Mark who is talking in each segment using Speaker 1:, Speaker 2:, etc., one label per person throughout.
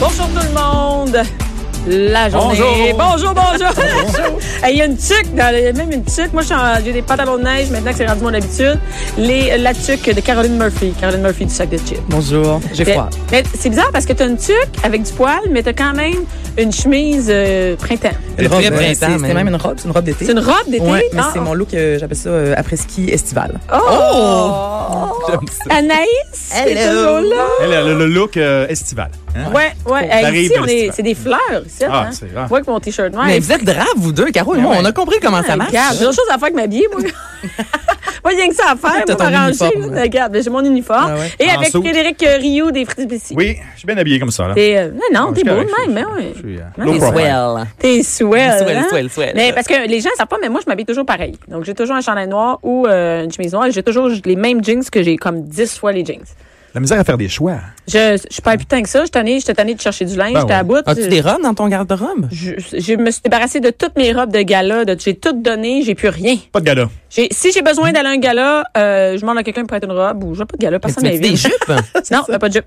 Speaker 1: Bonjour tout le monde! La journée.
Speaker 2: Bonjour.
Speaker 1: bonjour! bonjour. Hey, Il y a une tuque, dans le- même une tuque. Moi, je suis en- j'ai des pantalons de neige maintenant que c'est rendu mon habitude. Les, la tuque de Caroline Murphy. Caroline Murphy du sac de chips.
Speaker 2: Bonjour, j'ai
Speaker 1: Mais-
Speaker 2: froid.
Speaker 1: Mais, c'est bizarre parce que t'as une tuque avec du poil, mais t'as quand même une chemise euh, printemps.
Speaker 2: Une
Speaker 3: Le
Speaker 2: robe,
Speaker 3: vrai
Speaker 2: euh,
Speaker 3: printemps,
Speaker 2: c'est- C'était
Speaker 3: même.
Speaker 2: même. une robe, c'est une robe d'été.
Speaker 1: C'est une robe d'été?
Speaker 2: Ouais, mais
Speaker 1: Ah,
Speaker 2: c'est mon look, euh, j'appelle ça euh, après-ski estival.
Speaker 1: Oh!
Speaker 3: J'aime ça.
Speaker 1: Anaïs, t'es
Speaker 2: Hello.
Speaker 1: toujours là?
Speaker 4: Elle a le, le look euh, estival. hein?
Speaker 1: Ouais, ouais. Hey,
Speaker 4: T'arrives
Speaker 1: ici, on
Speaker 4: le
Speaker 1: est,
Speaker 4: festival.
Speaker 1: c'est des fleurs, ici.
Speaker 4: Ah,
Speaker 1: hein?
Speaker 4: c'est vrai.
Speaker 1: Ouais, avec mon t-shirt noir.
Speaker 2: Mais vous êtes braves, vous deux, Caro et moi,
Speaker 1: ouais.
Speaker 2: on a compris comment ça
Speaker 1: Ah,
Speaker 2: marche.
Speaker 1: Regarde, j'ai autre chose à faire avec ma vie, moi. Moi, rien que ça à faire,
Speaker 2: T'as
Speaker 1: pour
Speaker 2: ton
Speaker 1: m'arranger.
Speaker 2: uniforme, ouais.
Speaker 1: Regarde, j'ai mon uniforme.
Speaker 2: Ah ouais.
Speaker 1: Et
Speaker 4: En
Speaker 1: avec
Speaker 4: soute.
Speaker 1: Frédéric euh, Rioux des Fritz
Speaker 4: Oui, je suis bien habillé comme ça. Là.
Speaker 1: T'es, euh, non, non,
Speaker 4: Ah,
Speaker 1: t'es
Speaker 4: je suis
Speaker 1: beau
Speaker 4: correct,
Speaker 1: de
Speaker 4: je
Speaker 1: même, hein, mais
Speaker 4: suis- je
Speaker 1: ouais.
Speaker 4: suis, euh,
Speaker 1: Non,
Speaker 4: low
Speaker 1: t'es
Speaker 4: profile.
Speaker 2: swell.
Speaker 1: T'es swell.
Speaker 2: Swell,
Speaker 1: hein?
Speaker 2: swell, swell.
Speaker 1: Mais parce que les gens savent pas, mais moi, je m'habille toujours pareil. Donc, j'ai toujours un chandail noir ou euh, une chemise noire. et J'ai toujours les mêmes jeans que j'ai comme 10 fois les jeans.
Speaker 4: La misère à faire des choix.
Speaker 1: Je, je suis pas putain que ça. Je tannée, j'étais tannée de chercher du linge.
Speaker 4: Ben
Speaker 1: j'étais à
Speaker 4: ouais.
Speaker 1: bout.
Speaker 2: As-tu des robes dans ton garde-robe?
Speaker 1: je, je me suis débarrassée de toutes mes robes de gala. de- J'ai tout donné. J'ai plus rien.
Speaker 4: Pas de gala.
Speaker 1: J'ai- si j'ai besoin d'aller à un gala, euh, je demande à quelqu'un de me prêter une robe ou je veux pas de gala,
Speaker 2: Mais
Speaker 1: personne
Speaker 2: tu mets-tu des
Speaker 1: m'invite.
Speaker 2: jupes? Ah,
Speaker 1: Non, euh, pas de jupe.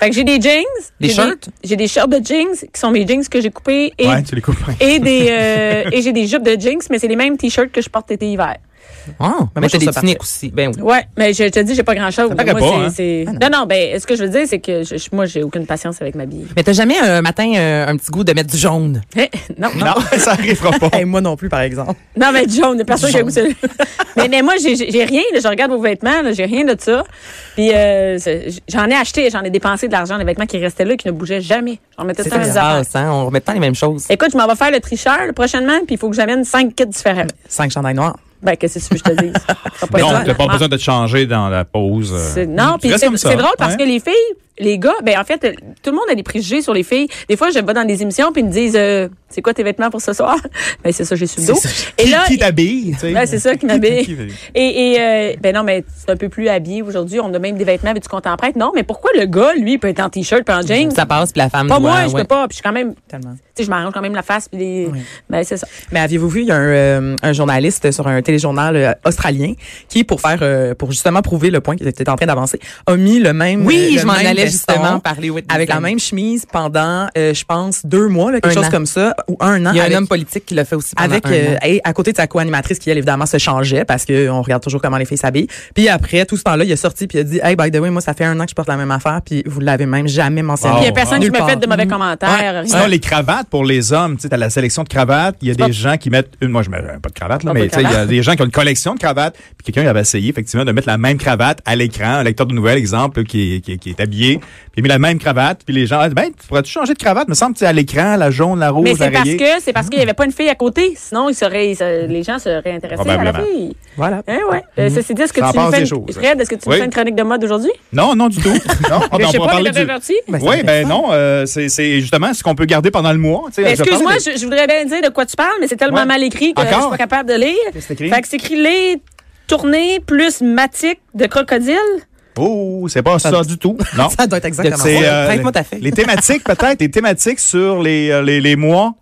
Speaker 1: Fait que j'ai des jeans.
Speaker 2: Des
Speaker 1: j'ai
Speaker 2: shirts?
Speaker 1: J'ai des shirts de jeans qui sont mes jeans que j'ai coupés et,
Speaker 4: Ouais, tu les coupes.
Speaker 1: et des euh, et j'ai des jupes de jeans, mais c'est les mêmes t-shirts que je porte été hiver.
Speaker 2: Oh, mais
Speaker 1: Moi, je
Speaker 2: t'as
Speaker 1: trouve
Speaker 2: des
Speaker 1: ça
Speaker 2: tuniques aussi. Ben oui.
Speaker 1: Ouais, mais je te dis, j'ai pas grand chose.
Speaker 4: paraît pas, hein?
Speaker 1: Non, non, ben, ce que je veux dire, c'est que je, je- moi, j'ai aucune patience avec ma bille.
Speaker 2: Mais t'as jamais un matin euh, un petit goût de mettre du jaune?
Speaker 1: Hein? non,
Speaker 4: Non, ça arrivera pas.
Speaker 2: Eh, moi non plus, par exemple.
Speaker 1: Non, mais jaune, personne qui a goûté. mais, mais moi, j'ai- j'ai j'ai rien. là. je regarde vos vêtements, là, j'ai rien de ça. Puis euh, c'est- j'en ai acheté, j'en ai dépensé de l'argent, les vêtements qui restaient là, et qui ne bougeaient jamais. J'en mettais
Speaker 2: C'est
Speaker 1: tout le
Speaker 2: ça
Speaker 1: temps les
Speaker 2: qui se
Speaker 1: affaires.
Speaker 2: passe, hein? On remet pas les mêmes choses.
Speaker 1: Écoute, je m'en vais faire le tricheur là, prochainement, puis il faut que j'amène cinq kits différents.
Speaker 2: Cinq chandails noirs.
Speaker 1: Ben, qu'est-ce que tu veux que je te dise? T'as pas
Speaker 4: Non,
Speaker 1: besoin.
Speaker 4: t'as pas
Speaker 1: Ah,
Speaker 4: besoin de te changer dans la pause. euh.
Speaker 1: c'est- Non,
Speaker 4: Tu
Speaker 1: puis
Speaker 4: restes
Speaker 1: c'est
Speaker 4: comme ça,
Speaker 1: c'est drôle parce
Speaker 4: hein?
Speaker 1: que les filles, les gars, ben en fait, euh, tout le monde a des préjugés sur les filles. Des fois, je vais dans des émissions puis ils me disent, euh, c'est quoi tes vêtements pour ce soir Ben c'est ça, j'ai su le dos.
Speaker 2: ça.
Speaker 1: Et
Speaker 4: Qui-
Speaker 1: là,
Speaker 4: qui t'habille, tu sais?
Speaker 1: Ouais, c'est ça qui
Speaker 4: Qui- qui-
Speaker 1: m'habille.
Speaker 4: qui-
Speaker 1: Et, et euh, ben non, mais c'est un peu plus habillé aujourd'hui. On a même des vêtements avec du compte en prête. Non, mais pourquoi le gars, lui, il peut être en t-shirt, puis en jean?
Speaker 2: Ça passe, puis la femme
Speaker 1: Pas
Speaker 2: doit-
Speaker 1: moi, je
Speaker 2: ouais.
Speaker 1: peux pas. Puis je suis quand même, tu
Speaker 2: Tellement.
Speaker 1: sais, je m'arrange quand même la face. Puis les...
Speaker 2: Oui.
Speaker 1: Ben c'est ça.
Speaker 2: Mais aviez-vous vu, il y a un, euh, un journaliste sur un téléjournal euh, australien qui, pour faire, euh, pour justement prouver le point qu'il était en train d'avancer, a mis le même. euh,
Speaker 3: Oui,
Speaker 2: le
Speaker 3: je m'en
Speaker 2: même
Speaker 3: allais
Speaker 2: veston
Speaker 3: justement parler Whitney
Speaker 2: Avec la
Speaker 3: Houston.
Speaker 2: même chemise pendant, euh, je pense, deux mois, là, quelque
Speaker 3: Un
Speaker 2: chose
Speaker 3: an.
Speaker 2: comme ça, ou un an.
Speaker 3: Il y a un
Speaker 2: avec-
Speaker 3: homme politique qui l'a fait aussi pendant
Speaker 2: avec
Speaker 3: un
Speaker 2: euh,
Speaker 3: an.
Speaker 2: et à côté de sa co-animatrice qui elle évidemment se changeait parce que on regarde toujours comment les filles s'habillent. Puis après tout ce temps-là, il est sorti puis il a dit "Hey by the way, moi ça fait un an que je porte la même affaire puis vous l'avez même jamais mentionné."
Speaker 4: Wow.
Speaker 1: Puis il y a
Speaker 4: Oh,
Speaker 1: personne qui
Speaker 2: Nulle
Speaker 1: me
Speaker 2: part. Mm-hmm.
Speaker 1: fait de mauvais commentaires.
Speaker 4: Sinon, Ah, les cravates pour les hommes, tu sais, t'as la sélection de cravates. Il y a des gens qui mettent une. Moi, je mets euh, pas de cravate, là,
Speaker 1: Pas
Speaker 4: mais
Speaker 1: de
Speaker 4: tu sais, il y a
Speaker 1: cravate.
Speaker 4: des gens qui ont une collection de cravates. Puis quelqu'un avait essayé, effectivement, de mettre la même cravate à l'écran. Un lecteur de nouvelles, exemple, qui, est- qui, est- qui est habillé. Puis il a mis la même cravate. Puis les gens, ah, ben, tu pourrais-tu changer de cravate? Me semble, tu sais, à l'écran, la jaune, la rouge,
Speaker 1: Mais
Speaker 4: la
Speaker 1: c'est parce
Speaker 4: rayée.
Speaker 1: que c'est parce qu'il y avait pas une fille à côté. Sinon, ils seraient, ils seraient- les gens seraient intéressés à la
Speaker 4: Probablement. Mm-hmm.
Speaker 1: fille.
Speaker 2: Voilà.
Speaker 3: Eh
Speaker 1: Hein, ouais. Euh, Ceci dit, est-ce que
Speaker 4: Ça en
Speaker 1: tu nous
Speaker 4: passe
Speaker 1: fais
Speaker 4: des
Speaker 1: une...
Speaker 4: choses.
Speaker 1: Fred, est-ce que tu nous
Speaker 4: Oui.
Speaker 1: fais une chronique de mode aujourd'hui?
Speaker 4: Non, non, du tout. Non, on
Speaker 1: Je sais
Speaker 4: va
Speaker 1: pas,
Speaker 4: parler
Speaker 1: mais t'avais
Speaker 4: du-
Speaker 1: averti?
Speaker 2: Ben, ça
Speaker 4: oui,
Speaker 2: m'intéresse
Speaker 4: ben non, euh, c'est c'est justement ce qu'on peut garder pendant le mois. tu sais,
Speaker 1: Ben,
Speaker 4: je
Speaker 1: Excuse-moi,
Speaker 4: parlais-
Speaker 1: je, je voudrais bien dire de quoi tu parles, mais c'est tellement
Speaker 4: Ouais.
Speaker 1: mal écrit que
Speaker 4: Encore?
Speaker 1: je suis pas capable de lire.
Speaker 4: Qu'est-ce que c'est écrit?
Speaker 1: Fait que c'est écrit les tournées plus matique de crocodile.
Speaker 4: Oh, c'est pas ça du tout. Non.
Speaker 2: Ça doit être exactement.
Speaker 4: C'est
Speaker 2: ça.
Speaker 4: euh,
Speaker 2: Prête-moi ta feuille.
Speaker 4: les thématiques peut-être, les thématiques sur les, euh, les, les mois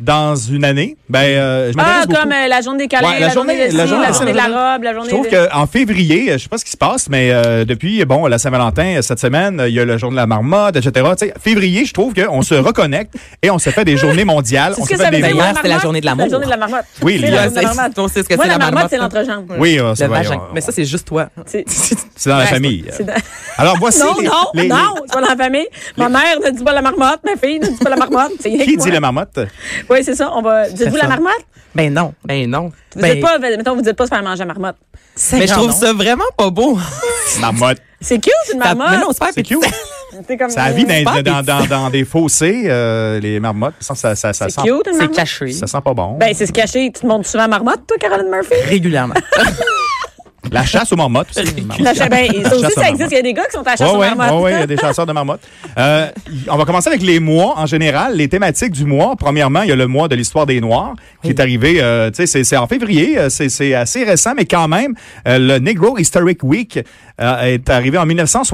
Speaker 4: dans une année. Ben, euh, je m'intéresse
Speaker 1: Ah,
Speaker 4: beaucoup.
Speaker 1: comme euh, la journée des câlins,
Speaker 4: Ouais,
Speaker 1: la, journée, de ci, la journée,
Speaker 4: c'est
Speaker 1: de
Speaker 4: la
Speaker 1: la robe, la journée
Speaker 4: Je trouve
Speaker 1: de...
Speaker 4: qu'en février, euh, je sais pas ce qui se passe, mais euh, depuis bon la Saint-Valentin euh, cette semaine, euh, il y a le jour de la marmotte, etc. Tu sais, février, je trouve qu'on se reconnecte et on se fait des journées mondiales,
Speaker 1: C'est
Speaker 4: on
Speaker 1: ce
Speaker 4: se
Speaker 1: que
Speaker 4: fait
Speaker 1: ça veut
Speaker 4: des
Speaker 1: dire,
Speaker 2: D'ailleurs,
Speaker 1: moi,
Speaker 2: c'est la journée de l'amour.
Speaker 1: La journée de la marmotte.
Speaker 4: Oui,
Speaker 1: C'est
Speaker 4: il y a-
Speaker 1: la journée de la marmotte.
Speaker 2: On sait ce que
Speaker 1: Moi,
Speaker 2: c'est
Speaker 1: la
Speaker 2: la
Speaker 1: marmotte,
Speaker 2: marmotte,
Speaker 1: c'est
Speaker 2: ça.
Speaker 1: l'entrejambe.
Speaker 4: Oui, euh, ça
Speaker 2: Le
Speaker 4: va,
Speaker 2: vagin.
Speaker 4: on-
Speaker 2: Mais ça c'est juste toi.
Speaker 1: C'est-
Speaker 4: c'est dans la
Speaker 1: Ouais,
Speaker 4: famille.
Speaker 1: c'est dans-
Speaker 4: Alors voici
Speaker 1: Non,
Speaker 4: les-
Speaker 1: non,
Speaker 4: les-
Speaker 1: non, c'est pas dans la famille. Ma mère ne dit pas la marmotte, ma fille ne dit pas la marmotte. C'est
Speaker 4: les- qui dit la marmotte
Speaker 1: Oui, c'est ça. On va. Dites-vous la
Speaker 2: Personne.
Speaker 1: marmotte?
Speaker 2: Ben non. Ben non.
Speaker 1: Vous dites pas, mettons, vous dites pas se faire manger la marmotte.
Speaker 2: Mais je trouve ça vraiment pas beau.
Speaker 4: Marmotte.
Speaker 1: C'est cute, une
Speaker 2: Ça- mais
Speaker 1: marmotte.
Speaker 2: non, c'est pas
Speaker 4: C'est cute.
Speaker 1: C'est comme-
Speaker 4: Ça vit dans,
Speaker 2: pas
Speaker 4: dans, dans, dans des fossés, euh, les marmottes. Ça, ça, ça, ça
Speaker 1: C'est
Speaker 4: sent,
Speaker 1: cute, une
Speaker 2: C'est
Speaker 1: marmotte.
Speaker 2: caché
Speaker 4: ça sent pas bon.
Speaker 1: Ben, c'est se cacher. Tu te montres souvent marmotte, toi, Caroline Murphy?
Speaker 2: régulièrement.
Speaker 4: La chasse aux marmottes. aussi.
Speaker 1: La cha- ben, ça aussi,
Speaker 4: chasse aux
Speaker 1: ça existe.
Speaker 4: marmottes.
Speaker 1: Il y a des gars qui sont à la chasse
Speaker 4: Oui,
Speaker 1: aux
Speaker 4: oui,
Speaker 1: marmottes.
Speaker 4: il y a des chasseurs de marmottes. Euh, y- on va commencer avec les mois en général, les thématiques du mois. Premièrement, il y a le mois de l'histoire des Noirs qui est arrivé, euh, tu sais, c'est- c'est en février, euh, c'est- c'est assez récent, mais quand même, euh, le Negro Historic Week euh, est arrivé en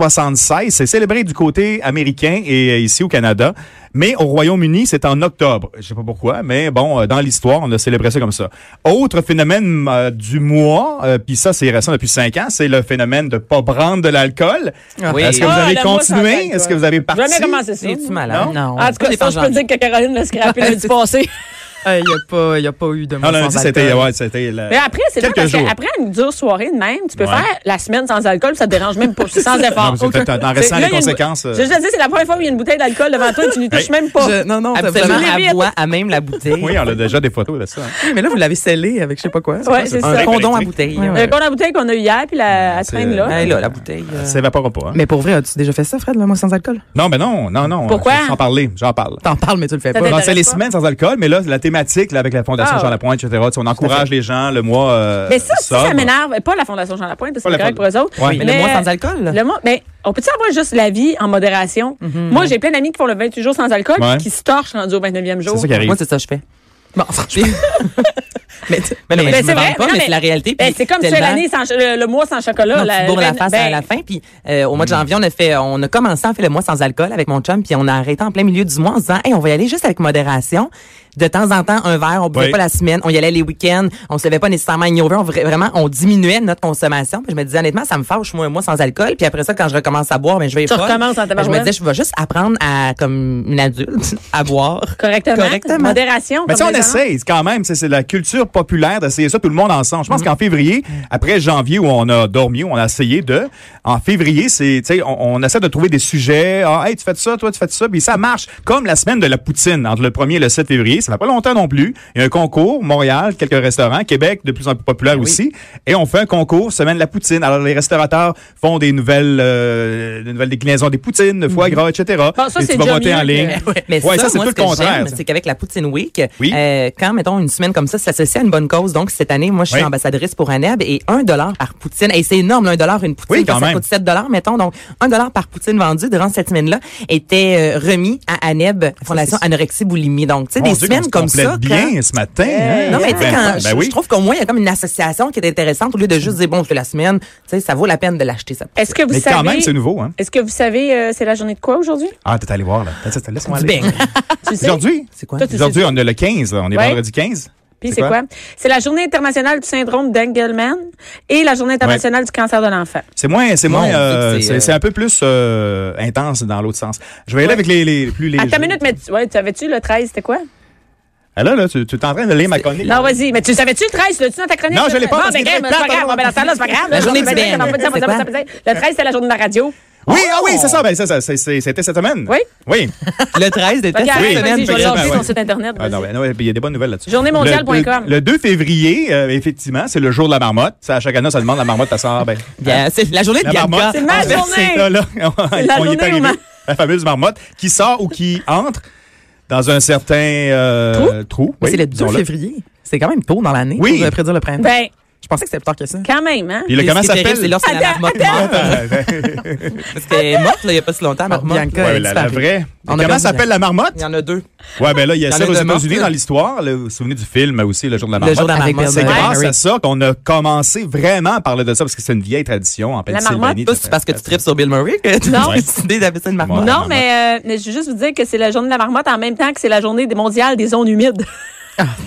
Speaker 4: 1976. C'est célébré du côté américain et euh, ici au Canada. Mais au Royaume-Uni, c'est en octobre. Je sais pas pourquoi, mais bon, euh, dans l'histoire, on a célébré ça comme ça. Autre phénomène euh, du mois, euh, puis ça, c'est récent depuis cinq ans, c'est le phénomène de pas prendre de l'alcool.
Speaker 2: Oui.
Speaker 4: Est-ce que vous
Speaker 1: Ah,
Speaker 4: avez
Speaker 1: le mois sans
Speaker 4: continué?
Speaker 1: alcool.
Speaker 4: Est-ce que vous avez parti?
Speaker 1: Jamais commencé ça.
Speaker 2: Es-tu malade?
Speaker 4: Non.
Speaker 1: Ah, En tout cas, ça, je peux dire que Caroline l'a scrappé le lundi passé.
Speaker 5: Il n'y a, pas- y a pas eu de
Speaker 4: Ah, Non,
Speaker 5: mois
Speaker 4: non,
Speaker 5: sans
Speaker 4: lundi, c'était...
Speaker 5: alcool.
Speaker 4: Ouais, c'était la-
Speaker 1: Mais après, Ah, c'est là
Speaker 4: Quelques
Speaker 1: parce
Speaker 4: jours.
Speaker 1: qu'après une dure soirée de même, tu peux
Speaker 4: Ouais.
Speaker 1: faire la semaine sans alcool, ça te dérange même pas. C'est sans effort.
Speaker 4: Non, mais c'est peut-être en- en restant
Speaker 1: C'est-
Speaker 4: les
Speaker 1: là, il y a une-
Speaker 4: conséquences, euh.
Speaker 1: Je je te dis, c'est la première fois où il y a une bouteille d'alcool devant toi et tu n'y touches même pas. Euh,
Speaker 5: Je- non, non, ça- vous avez-
Speaker 2: Absolument,
Speaker 1: Tu
Speaker 2: elle
Speaker 1: l'évites.
Speaker 2: boit à même la bouteille.
Speaker 4: Oui, on a déjà des photos de ça. hein.
Speaker 5: Oui, mais là, vous l'avez scellé avec je sais pas quoi.
Speaker 1: Ouais, c'est
Speaker 2: Un
Speaker 1: ça.
Speaker 2: condom à bouteille.
Speaker 5: Ouais, ouais.
Speaker 1: Le con à bouteille qu'on a eu hier, puis la elle
Speaker 4: C'est-
Speaker 1: traîne là.
Speaker 2: Ouais, là, la bouteille. euh,
Speaker 4: Ça évapore pas. hein.
Speaker 5: Mais pour vrai, as-tu déjà fait ça, Fred, le mois sans alcool?
Speaker 4: Non, mais non, non, non.
Speaker 1: Pourquoi?
Speaker 4: J'en parler, j'en parle.
Speaker 5: T'en parles, mais tu le fais
Speaker 1: Ça
Speaker 5: pas.
Speaker 1: t'intéresse
Speaker 4: C'est les
Speaker 1: pas.
Speaker 4: semaines sans alcool, mais là, la thématique là, avec la Fondation
Speaker 1: Ah.
Speaker 4: Jean Lapointe, etc. tu sais, on encourage les gens le mois. euh,
Speaker 1: Mais ça, ça,
Speaker 4: sobre.
Speaker 1: ça m'énerve. Pas la Fondation Jean Lapointe, c'est
Speaker 4: Pas la
Speaker 1: correct pour
Speaker 4: Fond-
Speaker 1: eux autres.
Speaker 4: Ouais.
Speaker 2: Mais le mois sans alcool, là.
Speaker 1: Le mois, mais on peut-tu avoir juste la vie en modération? Moi, j'ai plein d'amis qui font le 28 jours sans alcool
Speaker 4: Ouais.
Speaker 1: puis qui se torchent rendu au 29e jour.
Speaker 4: C'est ça qui arrive.
Speaker 2: Moi, c'est ça que je fais.
Speaker 5: Bon, franchement. mais tu-
Speaker 2: Mais non, mais
Speaker 1: Ben,
Speaker 2: je me
Speaker 1: c'est vrai,
Speaker 2: vante pas,
Speaker 1: mais non,
Speaker 2: mais
Speaker 1: mais-
Speaker 2: c'est la réalité.
Speaker 1: Ben,
Speaker 2: puis
Speaker 1: c'est comme
Speaker 2: tellement-
Speaker 1: ça l'année sans, le, le mois sans chocolat.
Speaker 2: Non, tu te bourres la
Speaker 1: ben-
Speaker 2: face à
Speaker 1: ben,
Speaker 2: la fin. Puis euh, au mois de janvier, on a fait, on a commencé à faire le mois sans alcool avec mon chum, puis on a arrêté en plein milieu du mois en se disant, hey, on va y aller juste avec modération. De temps en temps, un verre, on buvait
Speaker 4: Oui.
Speaker 2: pas la semaine, on y allait les week-ends, on se levait pas nécessairement ignorer, on vra- vraiment, on diminuait notre consommation. Puis je me disais honnêtement, ça me fâche moi un mois sans alcool. Puis après ça, quand je recommence à boire, mais je vais
Speaker 1: Tu
Speaker 2: folle.
Speaker 1: recommences en
Speaker 2: Ben, Je me
Speaker 1: tabarouette.
Speaker 2: disais, je vais juste apprendre à comme une adulte à boire.
Speaker 1: Correctement.
Speaker 2: Correctement.
Speaker 1: Modération.
Speaker 4: Mais ça,
Speaker 1: comme
Speaker 4: on
Speaker 1: les gens.
Speaker 4: essaye quand même. C'est c'est la culture populaire d'essayer ça tout le monde ensemble. Je pense qu'en février, après janvier où on a dormi, où on a essayé de, en février, c'est, tu sais, on, on essaie de trouver des sujets. Ah, hey, tu fais de ça, toi, tu fais de ça. Puis ça marche. Comme la semaine de la poutine, entre le 1er et le 7 février. Ça fait pas longtemps non plus. Il y a un concours, Montréal, quelques restaurants, Québec, de plus en plus populaire
Speaker 1: Eh
Speaker 4: aussi. Et on fait un concours, semaine de la poutine. Alors, les restaurateurs font des nouvelles, euh, des nouvelles déclinaisons des poutines, de foie gras, etc.
Speaker 1: Mhm. Bon, ça,
Speaker 4: et
Speaker 1: c'est
Speaker 4: tu vas
Speaker 1: déjà
Speaker 4: voter en
Speaker 1: mieux que-
Speaker 4: ligne.
Speaker 2: Mais
Speaker 4: ouais,
Speaker 2: ça,
Speaker 4: ça, c'est
Speaker 2: moi,
Speaker 4: tout
Speaker 2: ce
Speaker 4: le
Speaker 2: que
Speaker 4: contraire.
Speaker 2: j'aime,
Speaker 4: ça.
Speaker 2: C'est qu'avec la Poutine Week,
Speaker 4: Oui.
Speaker 2: euh, quand, mettons, une semaine comme ça s'associe à une bonne cause, donc cette année, moi, je suis
Speaker 4: Oui.
Speaker 2: ambassadrice pour ANEB et un dollar par Poutine. Et c'est énorme, là, un dollar, une Poutine,
Speaker 4: Oui, quand
Speaker 2: ça
Speaker 4: même.
Speaker 2: coûte 7 dollars, mettons. Donc, un dollar par Poutine vendu durant cette semaine-là était euh, remis à
Speaker 1: Ah,
Speaker 2: ANEB, Fondation Anorexie Boulimie. Donc, tu sais,
Speaker 4: Mon
Speaker 2: des
Speaker 4: Dieu,
Speaker 2: semaines
Speaker 4: qu'on
Speaker 2: comme
Speaker 4: se
Speaker 2: ça.
Speaker 4: complète
Speaker 2: quand- Euh,
Speaker 4: bien ce matin. hein?
Speaker 2: non, mais tu sais,
Speaker 4: Ben,
Speaker 2: quand
Speaker 4: ben
Speaker 2: je,
Speaker 4: oui.
Speaker 2: je trouve qu'au moins, il y a comme une association qui est intéressante au lieu de juste dire, bon, c'est la semaine, tu sais, ça vaut la peine de l'acheter, ça.
Speaker 1: Est-ce que vous
Speaker 4: Mais
Speaker 1: savez.
Speaker 4: quand même, c'est nouveau. Hein?
Speaker 1: Est-ce que vous savez, euh, c'est la journée de quoi aujourd'hui?
Speaker 4: Ah, t'es allé voir, là. T'as- t'as- laisse-moi
Speaker 2: Du
Speaker 4: aller.
Speaker 2: bang.
Speaker 1: Tu ben, sais?
Speaker 4: Aujourd'hui?
Speaker 2: Ben, C'est quoi?
Speaker 1: Toi, tu sais
Speaker 4: Aujourd'hui,
Speaker 1: tout.
Speaker 4: on est le 15. là. On est
Speaker 1: Ouais.
Speaker 4: vendredi 15.
Speaker 1: Puis c'est quoi? C'est la journée internationale du syndrome d'Engelman et la journée internationale du cancer de l'enfant.
Speaker 4: C'est moins, c'est moins,
Speaker 2: Mon Dieu,
Speaker 4: euh,
Speaker 2: c'est,
Speaker 4: c'est
Speaker 2: euh,
Speaker 4: c'est un peu plus euh, intense dans l'autre sens. Je vais aller avec les, les plus les.
Speaker 1: À ta minute, mais tu, ouais, tu savais-tu le 13, c'était quoi?
Speaker 4: Ah, là, là, tu, tu es en train de lire ma chronique.
Speaker 1: Non, vas-y. Mais tu savais-tu le 13? L'as-tu dans ta chronique?
Speaker 4: Non, je l'ai pas,
Speaker 1: Bon,
Speaker 4: parce
Speaker 1: ben,
Speaker 4: que je vais
Speaker 1: ben,
Speaker 4: être
Speaker 1: c'est pas
Speaker 4: plate,
Speaker 1: grave.
Speaker 4: alors.
Speaker 1: Ben, dans ce temps-là, c'est pas grave.
Speaker 2: La journée
Speaker 1: Ben,
Speaker 2: du
Speaker 1: ben,
Speaker 2: Ben.
Speaker 1: ben, ben, ben, ben, ben, ben, Le 13, c'était la journée de la radio.
Speaker 4: Oui, ah oui, c'est ça. Ben, ça, ça, c'est- c'est- c'était cette semaine.
Speaker 1: Oui.
Speaker 4: Oui.
Speaker 2: Le 13 de
Speaker 1: Fait que,
Speaker 4: Oui,
Speaker 1: arrête, vas-y, je vais
Speaker 4: oui,
Speaker 1: lancer
Speaker 4: ben,
Speaker 1: ton
Speaker 4: ouais.
Speaker 1: site Internet.
Speaker 4: Ah, non,
Speaker 1: vas-y.
Speaker 4: ben, non, il y a des bonnes nouvelles là-dessus.
Speaker 1: Journéemondiale.com.
Speaker 4: Le, le, le 2 février, euh, effectivement, c'est le jour de la marmotte. Ça, à chaque année, ça demande la marmotte, ça sort. Ben,
Speaker 2: Bien, c'est la journée de
Speaker 4: La
Speaker 2: Bianca.
Speaker 4: marmotte.
Speaker 1: C'est ma
Speaker 4: Ah,
Speaker 1: journée.
Speaker 4: c'est ça, là.
Speaker 1: la
Speaker 4: On y
Speaker 1: journée
Speaker 4: est
Speaker 1: où
Speaker 4: arrivé.
Speaker 1: ma-
Speaker 4: La fameuse marmotte qui sort ou qui entre dans un certain euh, trou.
Speaker 5: Mais
Speaker 4: Oui,
Speaker 5: c'est le 2
Speaker 4: disons-le.
Speaker 5: février. C'est quand même tôt dans l'année
Speaker 4: Oui.
Speaker 5: pour euh, prédire le printemps.
Speaker 1: Ben,
Speaker 5: je pensais que c'était plus tard que ça.
Speaker 1: quand même, hein?
Speaker 4: Puis le
Speaker 2: Et
Speaker 4: comment
Speaker 2: ce qui
Speaker 4: ça
Speaker 2: est terrible, C'est
Speaker 4: s'appelle?
Speaker 2: lorsque la marmotte meurt. Parce qu'elle est morte, là, il n'y a pas si longtemps, la marmotte.
Speaker 5: Bianca
Speaker 4: Ouais,
Speaker 5: a
Speaker 4: la, la
Speaker 5: disparu.
Speaker 4: vraie.
Speaker 5: On a
Speaker 4: comment
Speaker 5: perdu la-
Speaker 4: s'appelle la marmotte?
Speaker 2: Il y en a deux.
Speaker 4: Ouais, ben là, il y a
Speaker 2: Il y en
Speaker 4: ça
Speaker 2: a
Speaker 4: aux
Speaker 2: de mortes,
Speaker 4: États-Unis
Speaker 2: là.
Speaker 4: dans l'histoire. là. Vous vous souvenez du film aussi, Le jour de la
Speaker 2: Le
Speaker 4: marmotte?
Speaker 2: jour de la
Speaker 5: Avec
Speaker 2: marmotte. Ah
Speaker 4: C'est
Speaker 5: Bill Murray.
Speaker 4: grâce
Speaker 5: Mary.
Speaker 4: à ça qu'on a commencé vraiment à parler de ça parce que c'est une vieille tradition en Pennsylvanie.
Speaker 2: Toi, c'est parce que tu tripes sur Bill Murray que tu
Speaker 1: Non.
Speaker 2: as décidé d'appeler ça une marmotte.
Speaker 4: Ouais.
Speaker 1: Non, mais, euh, mais je veux juste vous dire que c'est la journée de la marmotte en même temps que c'est la journée des- mondiale des zones humides.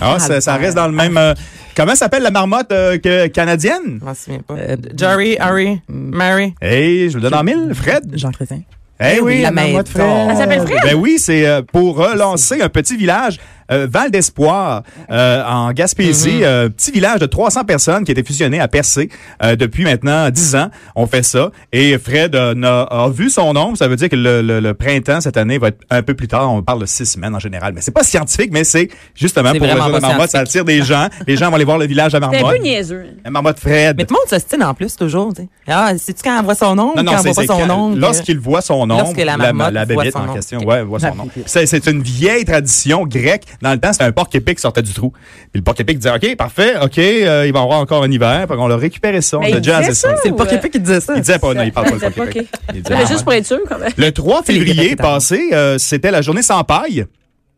Speaker 4: Ah, ça, ça reste dans le même. euh, comment s'appelle la marmotte euh, que- canadienne?
Speaker 2: Je m'en souviens pas.
Speaker 5: Euh,
Speaker 2: Jerry, Harry,
Speaker 5: mm.
Speaker 2: Mary.
Speaker 4: Hey, je vous le donne en mille, Fred.
Speaker 5: Jean Chrétien.
Speaker 4: Eh oui,
Speaker 2: oui,
Speaker 4: la
Speaker 2: la
Speaker 4: marmotte
Speaker 2: main.
Speaker 4: Fred.
Speaker 2: Elle
Speaker 1: s'appelle Fred?
Speaker 4: Ben oui, c'est euh, pour relancer un petit village, euh, Val d'Espoir, euh, en Gaspésie. euh, petit village de 300 personnes qui a été fusionné à Percé euh, depuis maintenant 10 ans. On fait ça. Et Fred euh, n'a- a, vu son nombre. Ça veut dire que le, le- le printemps cette année va être un peu plus tard. On parle de six semaines en général. Mais c'est pas scientifique, mais c'est justement
Speaker 2: C'est
Speaker 4: pour
Speaker 2: vraiment
Speaker 4: résoudre la
Speaker 2: pas
Speaker 4: marmotte. Ça attire des gens. Les gens vont aller voir le village à
Speaker 1: C'est un peu
Speaker 4: marmotte.
Speaker 1: niaiseux. hein.
Speaker 4: La marmotte Fred.
Speaker 2: Mais tout le monde s'ostine en plus, toujours. tu sais. Ah, c'est-tu quand elle voit son nom ou
Speaker 4: Non,
Speaker 2: quand
Speaker 4: non,
Speaker 2: elle
Speaker 4: c'est
Speaker 2: voit pas
Speaker 4: c'est
Speaker 2: son
Speaker 4: quand-
Speaker 2: nom?
Speaker 4: Lorsqu'il voit son nom,
Speaker 2: Lorsque la marmotte
Speaker 4: la
Speaker 2: voit
Speaker 4: bébite
Speaker 2: son
Speaker 4: en
Speaker 2: nom.
Speaker 4: question,
Speaker 2: Ok.
Speaker 4: ouais, voit son nom. C'est c'est une vieille tradition grecque Dans le temps, c'était un porc épic qui sortait du trou. Puis le porc épic disait, OK, parfait, OK, euh, il va y avoir encore un hiver. Puis on l'a récupéré ça. On
Speaker 1: Mais
Speaker 4: l'a
Speaker 1: il
Speaker 4: jazzé
Speaker 1: disait ça,
Speaker 4: C'est
Speaker 2: C'est le
Speaker 1: ou,
Speaker 2: porc
Speaker 1: euh,
Speaker 2: épic qui disait ça.
Speaker 4: Il disait pas, non, il parle pas
Speaker 1: Il
Speaker 4: de porc
Speaker 1: disait
Speaker 4: épic.
Speaker 1: pas, OK.
Speaker 4: Il disait,
Speaker 1: Mais
Speaker 4: ah,
Speaker 1: juste pour être sûr, quand même.
Speaker 4: le 3
Speaker 2: C'est les
Speaker 4: février
Speaker 2: répétiteurs.
Speaker 4: passé, euh, c'était la journée sans paille.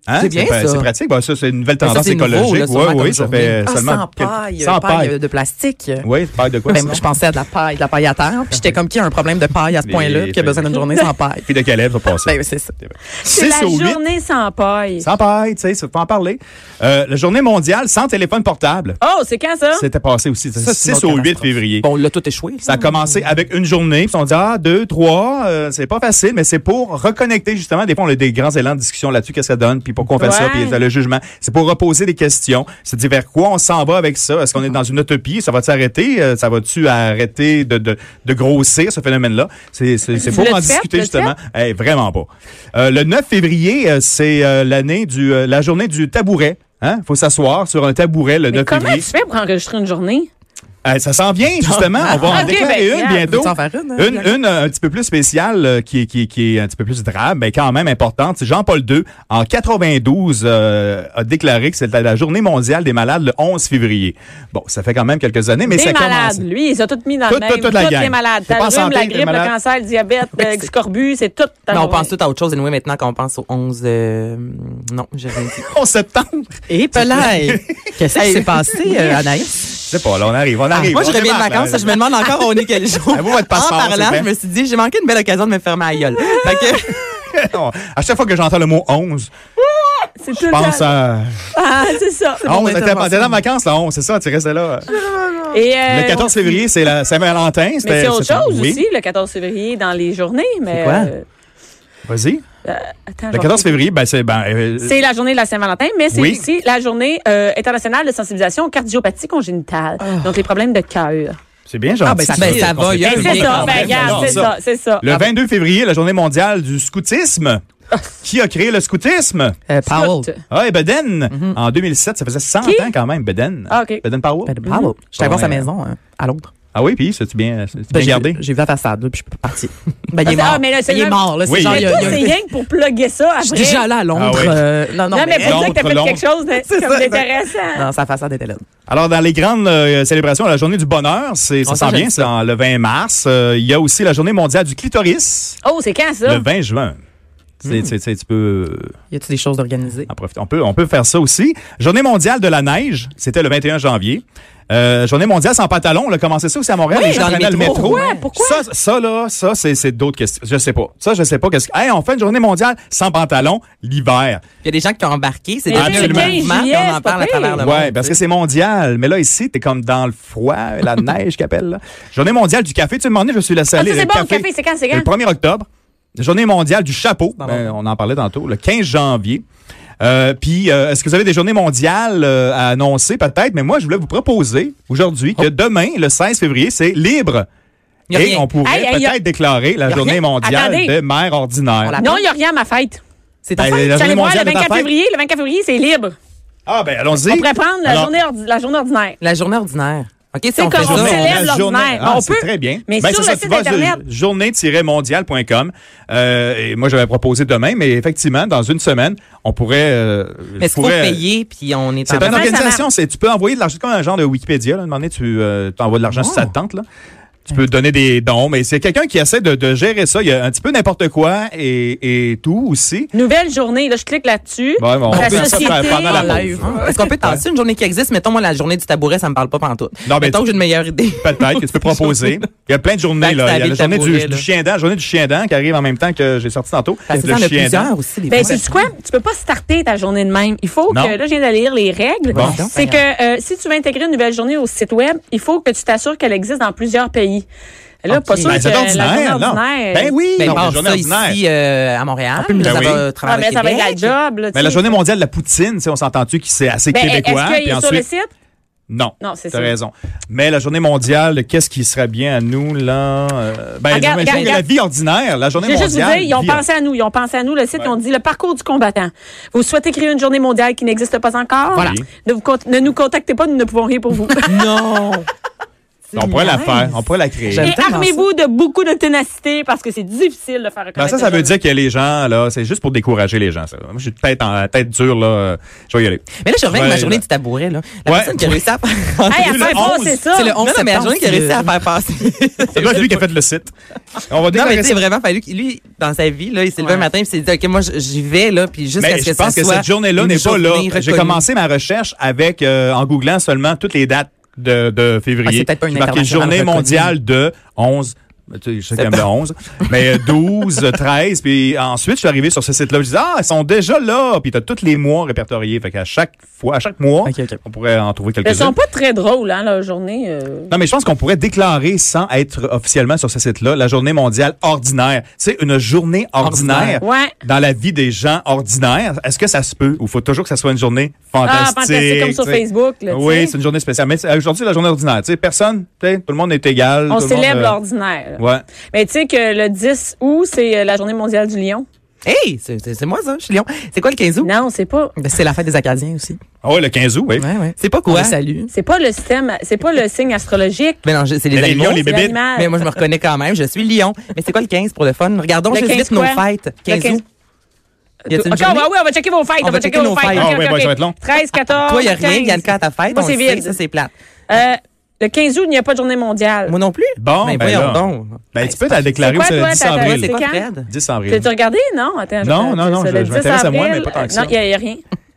Speaker 4: Hein?
Speaker 3: C'est bien,
Speaker 4: pas-
Speaker 3: ça.
Speaker 4: C'est pratique. Ben, ça, c'est une nouvelle
Speaker 3: Mais ça,
Speaker 4: tendance
Speaker 3: c'est nouveau, là,
Speaker 4: écologique.
Speaker 3: sûrement,
Speaker 4: oui,
Speaker 3: comme
Speaker 4: oui, ça
Speaker 3: journée.
Speaker 4: fait
Speaker 2: Ah,
Speaker 4: seulement.
Speaker 2: sans
Speaker 4: quelques-
Speaker 2: paille,
Speaker 4: Sans
Speaker 2: paille
Speaker 4: paille.
Speaker 2: de plastique.
Speaker 4: Oui, paille de quoi?
Speaker 2: Ben,
Speaker 4: ça?
Speaker 2: moi, je pensais à de la paille, de la paille à terre. Puis j'étais comme qui a un problème de paille à ce
Speaker 4: Mais-
Speaker 2: point-là, qui a besoin d'une journée sans paille.
Speaker 4: Puis de Caleb, ça passait.
Speaker 2: Ben, oui, c'est ça.
Speaker 1: C'est
Speaker 4: 6
Speaker 1: la
Speaker 4: au 8.
Speaker 1: journée sans paille.
Speaker 4: Sans paille, tu sais, ça faut en parler. Euh, la journée mondiale sans téléphone portable.
Speaker 1: Oh, c'est quand ça?
Speaker 4: C'était passé aussi.
Speaker 3: Ah. Ça, c'est une
Speaker 4: 6 au
Speaker 3: autre
Speaker 4: 8
Speaker 3: catastrophe.
Speaker 4: février.
Speaker 3: Bon, là, tout échoué.
Speaker 4: Ça a commencé avec une journée, puis on dit ah deux, trois, euh, c'est pas facile, mais c'est pour reconnecter justement. Des fois, on a des grands élans de discussion là-dessus, qu'est-ce que ça donne, puis pourquoi on fait ça,
Speaker 1: Ouais.
Speaker 4: puis le jugement. C'est pour reposer des questions. C'est dire vers quoi on s'en va avec ça. Est-ce qu'on est dans une utopie Ça va s'arrêter euh, Ça va-tu arrêter de, de, de grossir ce phénomène-là C'est c'est- c'est
Speaker 1: Tu
Speaker 4: pour
Speaker 1: l'as
Speaker 4: en
Speaker 1: fait,
Speaker 4: discuter
Speaker 1: l'as
Speaker 4: justement. Eh, vraiment pas. Euh, le 9 février, euh, c'est euh, l'année du euh, la journée du tabouret. Hein? Faut s'asseoir sur un tabouret le
Speaker 1: Mais
Speaker 4: 9
Speaker 1: comment tu
Speaker 4: février.
Speaker 1: fais pour enregistrer une journée?
Speaker 4: Eh, ça s'en vient justement. On va en
Speaker 1: Ok,
Speaker 4: déclarer
Speaker 1: ben,
Speaker 4: une
Speaker 1: regarde.
Speaker 4: bientôt.
Speaker 2: Veux-tu en faire une? hein?
Speaker 4: Une, une euh, un petit peu plus spéciale, euh, qui, est- qui, est- qui est un petit peu plus drabe, mais quand même importante, c'est Jean-Paul II, en 92, euh, a déclaré que c'était la journée mondiale des malades le 11 février. Bon, ça fait quand même quelques années, mais
Speaker 1: des
Speaker 4: ça
Speaker 1: malades,
Speaker 4: commence.
Speaker 1: lui, ils ont tout mis dans
Speaker 4: Tout-
Speaker 1: le même.
Speaker 4: tout- toute la
Speaker 1: Toutes
Speaker 4: gang.
Speaker 1: les malades.
Speaker 4: Faut
Speaker 1: T'as le
Speaker 4: penser en
Speaker 1: rhume, la
Speaker 4: paix, les
Speaker 1: grippe, le
Speaker 4: malades.
Speaker 1: cancer, le diabète, le scorbut, c'est tout. dans
Speaker 3: Non, on
Speaker 1: le-
Speaker 3: pense tout à autre chose. Anyway, maintenant qu'on pense au 11... euh, non, j'ai rien dit.
Speaker 4: 11 septembre.
Speaker 2: Et Pelay! Qu'est-ce qui s'est passé, euh, Anaïs?
Speaker 4: Je sais pas, là, on arrive, on
Speaker 3: Ah,
Speaker 4: arrive.
Speaker 3: moi, je
Speaker 4: on
Speaker 3: reviens de
Speaker 4: démarre,
Speaker 3: vacances,
Speaker 4: là.
Speaker 3: je me demande encore où on est quel jour.
Speaker 4: Avoue votre passeport,
Speaker 3: en parlant,
Speaker 4: c'est
Speaker 3: je
Speaker 4: bien.
Speaker 3: me suis dit, j'ai manqué une belle occasion de me faire ma gueule. Fait que,
Speaker 4: Non, à chaque fois que j'entends le mot 11,
Speaker 1: C'est
Speaker 4: je
Speaker 1: tout.
Speaker 4: pense
Speaker 1: à-
Speaker 4: à...
Speaker 1: Ah, c'est ça.
Speaker 4: 11,
Speaker 2: mon
Speaker 4: t'es t'es
Speaker 2: intervention.
Speaker 4: en vacances, là, 11, c'est ça, tu restais là.
Speaker 1: Et, euh,
Speaker 4: le 14 février, c'est la Saint-Valentin.
Speaker 1: Mais
Speaker 4: c'était-
Speaker 1: c'est autre
Speaker 4: c'était-
Speaker 1: chose
Speaker 4: oui,
Speaker 1: aussi, le 14 février, dans les journées. Mais
Speaker 3: C'est quoi?
Speaker 1: euh,
Speaker 4: Vas-y.
Speaker 1: attends, je
Speaker 4: Le
Speaker 1: vais
Speaker 4: 14 février, ben, c'est... Ben, euh,
Speaker 1: Ah, C'est la journée de la Saint-Valentin, mais c'est
Speaker 4: Oui.
Speaker 1: aussi la journée euh, internationale de sensibilisation aux cardiopathies congénitales, donc les problèmes de cœur.
Speaker 4: c'est bien gentil.
Speaker 2: Ah, ben, ça- ben, ça va, il y a
Speaker 1: Ben,
Speaker 2: un
Speaker 1: c'est
Speaker 2: lien
Speaker 1: ça,
Speaker 2: quand
Speaker 1: ben,
Speaker 2: même.
Speaker 1: regarde,
Speaker 4: Non,
Speaker 1: c'est
Speaker 4: ça.
Speaker 1: ça, c'est ça.
Speaker 4: Le 22 février, la journée mondiale du scoutisme. Qui a créé le scoutisme?
Speaker 2: Euh, Powell.
Speaker 1: Scout.
Speaker 4: Ah, et Beden. En 2007, ça faisait 100
Speaker 1: Qui?
Speaker 4: ans quand même, Beden.
Speaker 1: Ah, OK.
Speaker 4: Beden Powell.
Speaker 2: Ben, bravo. J'étais allée voir sa maison hein, à Londres.
Speaker 4: Ah oui, puis, c'est-tu bien, c'est-tu
Speaker 2: Ben,
Speaker 4: bien
Speaker 2: j'ai-
Speaker 4: gardé?
Speaker 2: J'ai vu la façade, là, puis je suis partie. Ben, il est
Speaker 1: Ah,
Speaker 2: mort.
Speaker 1: mais là, c'est
Speaker 2: il est
Speaker 1: là-
Speaker 2: mort, là.
Speaker 4: Oui,
Speaker 2: C'est genre, il
Speaker 4: mais
Speaker 2: y
Speaker 1: Mais
Speaker 2: a-
Speaker 1: toi,
Speaker 2: il y a-
Speaker 1: c'est rien que pour plugger ça
Speaker 2: Je
Speaker 1: après.
Speaker 2: suis déjà allée à Londres.
Speaker 4: Ah oui.
Speaker 2: euh, non, non,
Speaker 1: Non, mais pour
Speaker 4: Londres,
Speaker 1: dire que t'as fait
Speaker 4: Londres.
Speaker 1: quelque chose de,
Speaker 2: C'est
Speaker 1: comme
Speaker 2: ça,
Speaker 1: d'intéressant.
Speaker 2: Non, sa façade était laide.
Speaker 4: Alors, dans les grandes euh, célébrations, la journée du bonheur, c'est, ça
Speaker 3: On
Speaker 4: s'en
Speaker 3: s'en
Speaker 4: vient,
Speaker 3: jette.
Speaker 4: c'est en- le 20 mars. Euh, Il y a aussi la journée mondiale du clitoris,
Speaker 1: Oh, c'est quand ça?
Speaker 4: le 20 juin. C'est, c'est- c'est- tu peux euh,
Speaker 2: Y a-tu des choses d'organiser?
Speaker 4: en profiter. On peut, on peut faire ça aussi. Journée mondiale de la neige, c'était le 21 janvier. Euh, journée mondiale sans pantalon, on a commencé ça aussi à Montréal.
Speaker 3: Oui,
Speaker 4: les gens
Speaker 3: dans le
Speaker 4: prenaient
Speaker 3: métro.
Speaker 1: Pourquoi? Pourquoi?
Speaker 4: Ça, ça là, ça, c'est, c'est d'autres questions. Je sais pas. Ça, je sais pas. Qu'est-ce que, hey, on fait une journée mondiale sans pantalon l'hiver.
Speaker 3: il y a des gens qui ont embarqué. C'est
Speaker 1: Mais
Speaker 3: devenu un
Speaker 4: oui, le
Speaker 1: 15
Speaker 3: mouvement, puis
Speaker 1: juillet,
Speaker 3: on en
Speaker 1: c'est
Speaker 3: parle
Speaker 1: pas
Speaker 3: à travers le
Speaker 1: pire.
Speaker 3: monde.
Speaker 4: Ouais, parce que c'est mondial. Mais là, ici, t'es comme dans le froid, la neige qu'appelle, là. Journée mondiale du café. Tu me demandais, je suis laissé
Speaker 1: Ah,
Speaker 4: aller.
Speaker 1: ça, c'est
Speaker 4: Le
Speaker 1: bon, le café, c'est quand, c'est quand?
Speaker 4: Le 1er octobre. Journée mondiale du chapeau.
Speaker 3: Dans
Speaker 4: Ben,
Speaker 3: l'ordre.
Speaker 4: on en parlait tantôt. Le 15 janvier. Euh, Puis, euh, est-ce que vous avez des journées mondiales euh, à annoncer, peut-être? Mais moi, je voulais vous proposer aujourd'hui que demain, le 16 février, c'est libre.
Speaker 3: Il y a
Speaker 4: Et
Speaker 3: rien.
Speaker 4: on pourrait
Speaker 1: Hey, hey, Oh. y a-
Speaker 4: peut-être déclarer la
Speaker 3: y a
Speaker 4: journée
Speaker 3: rien.
Speaker 4: mondiale
Speaker 1: Attendez.
Speaker 4: des mères ordinaires.
Speaker 3: On la-
Speaker 1: Non, il n'y a rien à ma fête.
Speaker 3: C'est ta
Speaker 4: Ben,
Speaker 3: fête.
Speaker 4: la journée
Speaker 1: J'allais voir
Speaker 4: mondiale
Speaker 1: le
Speaker 4: de ta
Speaker 1: 24
Speaker 4: fête.
Speaker 1: février. Le 24 février, c'est libre.
Speaker 4: Ah, ben, allons-y.
Speaker 1: On pourrait prendre la
Speaker 4: Alors,
Speaker 1: journée ordi- la journée ordinaire.
Speaker 3: La journée ordinaire. OK, si
Speaker 1: C'est
Speaker 3: on fait
Speaker 1: comme on
Speaker 3: ça,
Speaker 1: célèbre
Speaker 4: la journée.
Speaker 1: l'ordinaire.
Speaker 4: Ah,
Speaker 1: On
Speaker 4: c'est
Speaker 1: peut-
Speaker 4: très bien.
Speaker 1: mais sur
Speaker 4: c'est
Speaker 1: le
Speaker 4: ça, tu
Speaker 1: site
Speaker 4: vas euh,
Speaker 1: Internet.
Speaker 4: sur journée-mondiale.com. Euh, et moi, j'avais proposé demain, mais effectivement, dans une semaine, on pourrait. euh,
Speaker 3: mais est-ce qu'il faut
Speaker 4: pourrait-
Speaker 3: payer, puis on est en
Speaker 4: C'est une
Speaker 1: ça
Speaker 4: organisation.
Speaker 1: marche.
Speaker 4: C'est, tu peux envoyer de l'argent. C'est comme un genre de Wikipédia. Là, à un moment donné, tu envoies de l'argent
Speaker 3: Wow.
Speaker 4: sur sa tente. Là. Tu peux donner des dons, mais c'est quelqu'un qui essaie de, de gérer ça. Il y a un petit peu n'importe quoi et, et tout aussi.
Speaker 1: Nouvelle journée. Là, je clique là-dessus.
Speaker 4: Bon, on
Speaker 1: La
Speaker 4: peut faire ça
Speaker 1: société.
Speaker 4: pendant la hein.
Speaker 2: en
Speaker 4: pause.
Speaker 2: live.
Speaker 3: Est-ce qu'on peut tasser une journée qui existe? Mettons, moi, la journée du tabouret, ça me parle pas pantoute.
Speaker 4: Non, mais
Speaker 3: Mettons
Speaker 4: tu-
Speaker 3: que j'ai une meilleure idée.
Speaker 4: Peut-être que tu peux proposer. Il y a plein de journées.
Speaker 3: Taxe
Speaker 4: Là. Il y a
Speaker 3: à
Speaker 4: la
Speaker 3: la
Speaker 4: journée
Speaker 3: tabouret,
Speaker 4: du,
Speaker 3: là.
Speaker 4: du chien dent, la journée du chien dent qui arrive en même temps que j'ai sorti tantôt.
Speaker 3: Parce que ça, on a plusieurs aussi, des
Speaker 1: Ben,
Speaker 3: fois.
Speaker 1: c'est quoi? Tu peux pas starter ta journée de même. Il faut
Speaker 4: Non.
Speaker 1: que, là, je viens d'aller lire les règles.
Speaker 4: Bon.
Speaker 1: C'est que euh, si tu veux intégrer une nouvelle journée au site Web, il faut que tu t'assures qu'elle existe dans plusieurs pays. Là, pas sûr
Speaker 4: Ben,
Speaker 1: que
Speaker 4: c'est
Speaker 1: la journée
Speaker 4: ordinaire, non?
Speaker 1: ordinaire.
Speaker 4: Ben oui,
Speaker 3: Ben,
Speaker 4: non, la
Speaker 3: passe
Speaker 4: journée
Speaker 3: ça
Speaker 4: ordinaire.
Speaker 3: ici euh, à Montréal.
Speaker 4: Ben
Speaker 3: ça
Speaker 4: oui.
Speaker 3: va
Speaker 1: Ah,
Speaker 3: travailler
Speaker 1: mais
Speaker 3: au
Speaker 1: ça va être la
Speaker 3: Québec.
Speaker 1: job. Là, tu
Speaker 4: Mais Ben, la
Speaker 1: sais.
Speaker 4: journée mondiale de la poutine, tu sais, on s'entend-tu que c'est assez
Speaker 1: Ben,
Speaker 4: québécois.
Speaker 1: Est-ce qu'il
Speaker 4: puis
Speaker 1: est sur le
Speaker 4: ensuite-
Speaker 1: site?
Speaker 4: Non.
Speaker 1: Non, c'est
Speaker 4: T'as
Speaker 1: ça.
Speaker 4: raison. Mais la journée mondiale, de qu'est-ce qui serait bien à nous, là? euh, ben,
Speaker 1: Regarde,
Speaker 4: j'imagine
Speaker 1: regarde,
Speaker 4: que la
Speaker 1: regarde.
Speaker 4: vie ordinaire, la journée
Speaker 1: Je veux
Speaker 4: mondiale.
Speaker 1: juste vous dire, ils ont
Speaker 4: vie-
Speaker 1: pensé à nous. Ils ont pensé à nous, le site,
Speaker 4: Ouais.
Speaker 1: ils ont dit le parcours du combattant. Vous souhaitez créer une journée mondiale qui n'existe pas encore?
Speaker 4: Voilà.
Speaker 1: Ne, vous con- ne nous contactez pas, nous ne pouvons rien pour vous.
Speaker 3: Non! Steve
Speaker 4: On pourrait la
Speaker 3: Nice.
Speaker 4: faire. On pourrait la créer.
Speaker 3: J'aime
Speaker 1: Et
Speaker 3: tellement
Speaker 1: armez-vous de beaucoup de ténacité parce que c'est difficile de faire
Speaker 4: Ben,
Speaker 1: reconnaître.
Speaker 4: ça, ça
Speaker 1: les
Speaker 4: veut
Speaker 1: choses.
Speaker 4: dire que les gens, là, c'est juste pour décourager les gens, ça. Moi, j'ai tête en la tête dure, là. euh, Je vais y aller.
Speaker 3: Mais là, je reviens avec ma
Speaker 4: Ouais,
Speaker 3: journée
Speaker 4: là.
Speaker 3: du tabouret, là. La
Speaker 4: Ouais.
Speaker 3: personne qui a réussi à faire
Speaker 1: Hey, à
Speaker 4: Le
Speaker 1: faire
Speaker 4: 11,
Speaker 1: passer ça.
Speaker 3: C'est le 11
Speaker 2: Non, non,
Speaker 3: septembre.
Speaker 2: mais la journée
Speaker 3: qui a réussi à
Speaker 2: c'est-
Speaker 3: faire passer.
Speaker 4: C'est pas lui qui a fait le site. On va
Speaker 3: Non,
Speaker 4: déclarer
Speaker 3: mais tu sais,
Speaker 4: ça.
Speaker 3: vraiment fallu que lui, dans sa vie, là, il s'est levé
Speaker 1: Ouais.
Speaker 3: un matin et s'est dit, OK, moi, j- j'y vais, là, puis jusqu'à
Speaker 4: Mais
Speaker 3: ce
Speaker 4: je
Speaker 3: que ça
Speaker 4: pense que
Speaker 3: soit
Speaker 4: cette journée-là
Speaker 3: une
Speaker 4: n'est pas là.
Speaker 3: journée
Speaker 4: J'ai
Speaker 3: reconnue.
Speaker 4: commencé ma recherche avec euh, en googlant seulement toutes les dates de, de février.
Speaker 2: Ah, c'est peut-être pas une
Speaker 4: J'ai marqué
Speaker 2: internationale
Speaker 4: journée
Speaker 2: reconnue.
Speaker 4: mondiale de 11 tu sais, je sais qu'il y en a 11, mais euh, 12, 13, puis ensuite, je suis arrivé sur ce site-là, je disais, ah, ils sont déjà là, puis t'as tous les mois répertoriés, fait qu'à chaque fois, à chaque mois,
Speaker 2: Ok, ok.
Speaker 4: on pourrait en trouver
Speaker 1: Elles
Speaker 4: quelques-uns.
Speaker 1: sont pas très drôles, hein, la journée. euh.
Speaker 4: Non, mais je pense qu'on pourrait déclarer sans être officiellement sur ce site-là la journée mondiale ordinaire. C'est une journée ordinaire,
Speaker 1: Ordinaire. Ouais.
Speaker 4: dans la vie des gens ordinaires. Est-ce que ça se peut ou faut toujours que ça soit une journée fantastique?
Speaker 1: Ah, fantastique, comme sur
Speaker 4: tu sais?
Speaker 1: Facebook, là, tu
Speaker 4: oui,
Speaker 1: sais.
Speaker 4: c'est une journée spéciale. Mais c'est- aujourd'hui, c'est la journée ordinaire. Tu sais, personne, tu sais, tout le monde est égal.
Speaker 1: On
Speaker 4: tout le monde,
Speaker 1: célèbre
Speaker 4: euh,
Speaker 1: l'ordinaire.
Speaker 4: Ouais.
Speaker 1: Mais tu sais que le 10 août, c'est euh, la journée mondiale du lion.
Speaker 3: Hey, c'est- c'est c'est moi, ça, je suis Lyon. C'est quoi le 15 août?
Speaker 1: Non, c'est pas.
Speaker 2: Ben, c'est la fête des Acadiens aussi.
Speaker 4: Ah ouais, le 15 août, oui.
Speaker 2: Ouais, ouais.
Speaker 3: C'est pas quoi?
Speaker 2: On les salue.
Speaker 1: C'est pas le système, c'est pas le signe astrologique.
Speaker 3: Mais non, je- c'est les
Speaker 4: Mais les
Speaker 3: animaux.
Speaker 4: lions, les
Speaker 1: c'est
Speaker 4: bébites.
Speaker 1: l'animal.
Speaker 3: Mais moi, je me reconnais quand même. Je suis Lyon. Mais c'est quoi le 15 pour le fun? Regardons
Speaker 1: Le
Speaker 3: juste
Speaker 1: 15
Speaker 3: vite nos
Speaker 1: quoi?
Speaker 3: fêtes.
Speaker 1: Le
Speaker 3: 15 août. Y a-t-il une
Speaker 1: OK, on
Speaker 3: journée?
Speaker 1: va, oui, on va checker vos fêtes. On, va checker nos fêtes.
Speaker 4: Ah,
Speaker 1: OK,
Speaker 4: ouais,
Speaker 1: OK,
Speaker 4: ouais, ça va
Speaker 1: OK.
Speaker 4: être long.
Speaker 1: 13, 14.
Speaker 3: Toi, il n'y a rien,
Speaker 1: 15.
Speaker 3: il y a qu'à ta fête.
Speaker 1: Moi,
Speaker 3: on
Speaker 1: c'est
Speaker 3: le sait,
Speaker 1: vide.
Speaker 3: ça, c'est plate.
Speaker 1: Euh, le 15 août, il n'y a pas de journée mondiale.
Speaker 3: Moi non plus.
Speaker 4: Bon,
Speaker 3: Mais
Speaker 4: ben
Speaker 3: voyons
Speaker 4: là.
Speaker 3: donc.
Speaker 4: Ben, tu peux la déclarer
Speaker 1: quoi,
Speaker 4: c'est le
Speaker 1: toi,
Speaker 4: 10
Speaker 1: ta- ta-
Speaker 3: C'est
Speaker 4: avril.
Speaker 3: quoi,
Speaker 1: quand?
Speaker 3: Fred?
Speaker 4: 10 avril.
Speaker 1: T'as-tu regardé? Non, attends. je-
Speaker 4: Non, non, non,
Speaker 1: c'est
Speaker 4: je-
Speaker 1: le
Speaker 4: je
Speaker 1: 10
Speaker 4: m'intéresse à moi,
Speaker 1: avril.
Speaker 4: mais pas tant que
Speaker 1: Non,
Speaker 4: ça.
Speaker 1: il n'y a, il y a rien.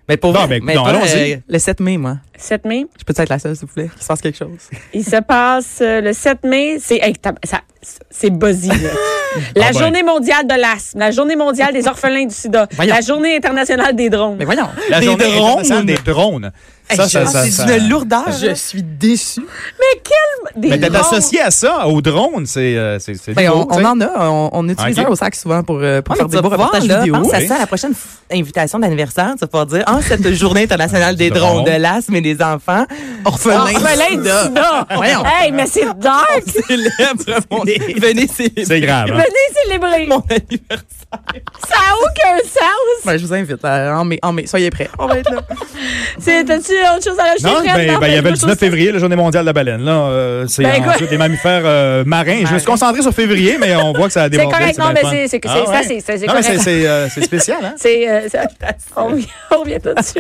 Speaker 3: Mais pour
Speaker 4: Bon,
Speaker 3: vrai,
Speaker 4: ben,
Speaker 3: mais
Speaker 4: non,
Speaker 3: toi,
Speaker 4: allons-y.
Speaker 3: euh,
Speaker 2: Le 7 mai, moi.
Speaker 1: 7 mai.
Speaker 2: Je peux être la seule, s'il vous plaît, qu'il se passe quelque chose.
Speaker 1: Il se passe euh, le 7 mai. C'est hey, tab- ça- c'est buzzy. là. la
Speaker 4: Ah ben.
Speaker 1: journée mondiale de l'asthme, la journée mondiale des orphelins du sida,
Speaker 3: Voyons.
Speaker 1: la journée internationale des drones.
Speaker 3: Mais voyons.
Speaker 4: La
Speaker 3: Des
Speaker 4: journée
Speaker 3: drones.
Speaker 4: internationale des drones.
Speaker 3: Hey,
Speaker 4: Ça,
Speaker 3: je-
Speaker 4: ça,
Speaker 3: ah,
Speaker 4: ça,
Speaker 3: C'est
Speaker 4: ça-
Speaker 3: une lourdeur.
Speaker 2: Je
Speaker 3: là.
Speaker 2: suis déçue.
Speaker 1: Mais quel des
Speaker 4: Mais t'es
Speaker 1: drones?
Speaker 4: associé à ça, aux drones, c'est, euh, c'est, c'est
Speaker 2: Ben,
Speaker 4: du
Speaker 2: on,
Speaker 4: beau, tu
Speaker 2: on
Speaker 4: sais.
Speaker 2: en a. On, on utilise
Speaker 4: Ok.
Speaker 2: un au sac souvent pour, euh, pour
Speaker 3: Ouais,
Speaker 2: faire
Speaker 3: Ah, mais tu
Speaker 2: des beaux
Speaker 3: vas pouvoir,
Speaker 2: reportages
Speaker 3: là,
Speaker 2: vidéo.
Speaker 3: Pense à
Speaker 4: Oui.
Speaker 3: ça, à la prochaine f- invitation d'anniversaire. Tu vas pouvoir dire, en cette journée internationale des
Speaker 4: C'est drôle.
Speaker 3: drones, de l'asthme et des enfants, orphelins.
Speaker 1: Orphelin Ah, ben, du sida.
Speaker 3: Voyons. Oh,
Speaker 1: Hey, mais c'est dark.
Speaker 3: Célèbre mon- Venez célébrer
Speaker 4: C'est grave. hein.
Speaker 1: Venez célébrer.
Speaker 3: mon anniversaire.
Speaker 1: Ça n'a aucun sens.
Speaker 2: Ben, je vous invite euh, en mai, en mai. Soyez prêts.
Speaker 3: On va être là.
Speaker 1: C'est- T'as-tu autre chose à ajouter,
Speaker 4: Non,
Speaker 1: Fred?
Speaker 4: ben, ben, il y avait le
Speaker 1: quelque chose
Speaker 4: 19 février, la journée mondiale de la baleine. Là, euh, c'est
Speaker 1: Ben,
Speaker 4: en-
Speaker 1: écoute.
Speaker 4: des mammifères euh, marins. Je me suis concentré sur février, mais on voit que ça a débordé.
Speaker 1: correct. Non,
Speaker 4: bien
Speaker 1: mais
Speaker 4: le
Speaker 1: c'est-
Speaker 4: fun. Ah
Speaker 1: c'est- c'est- ça, c'est- c'est
Speaker 4: Non, mais
Speaker 1: correct.
Speaker 4: c'est- c'est euh, c'est spécial, hein?
Speaker 1: C'est, euh, ça- on revient on revient tout de suite.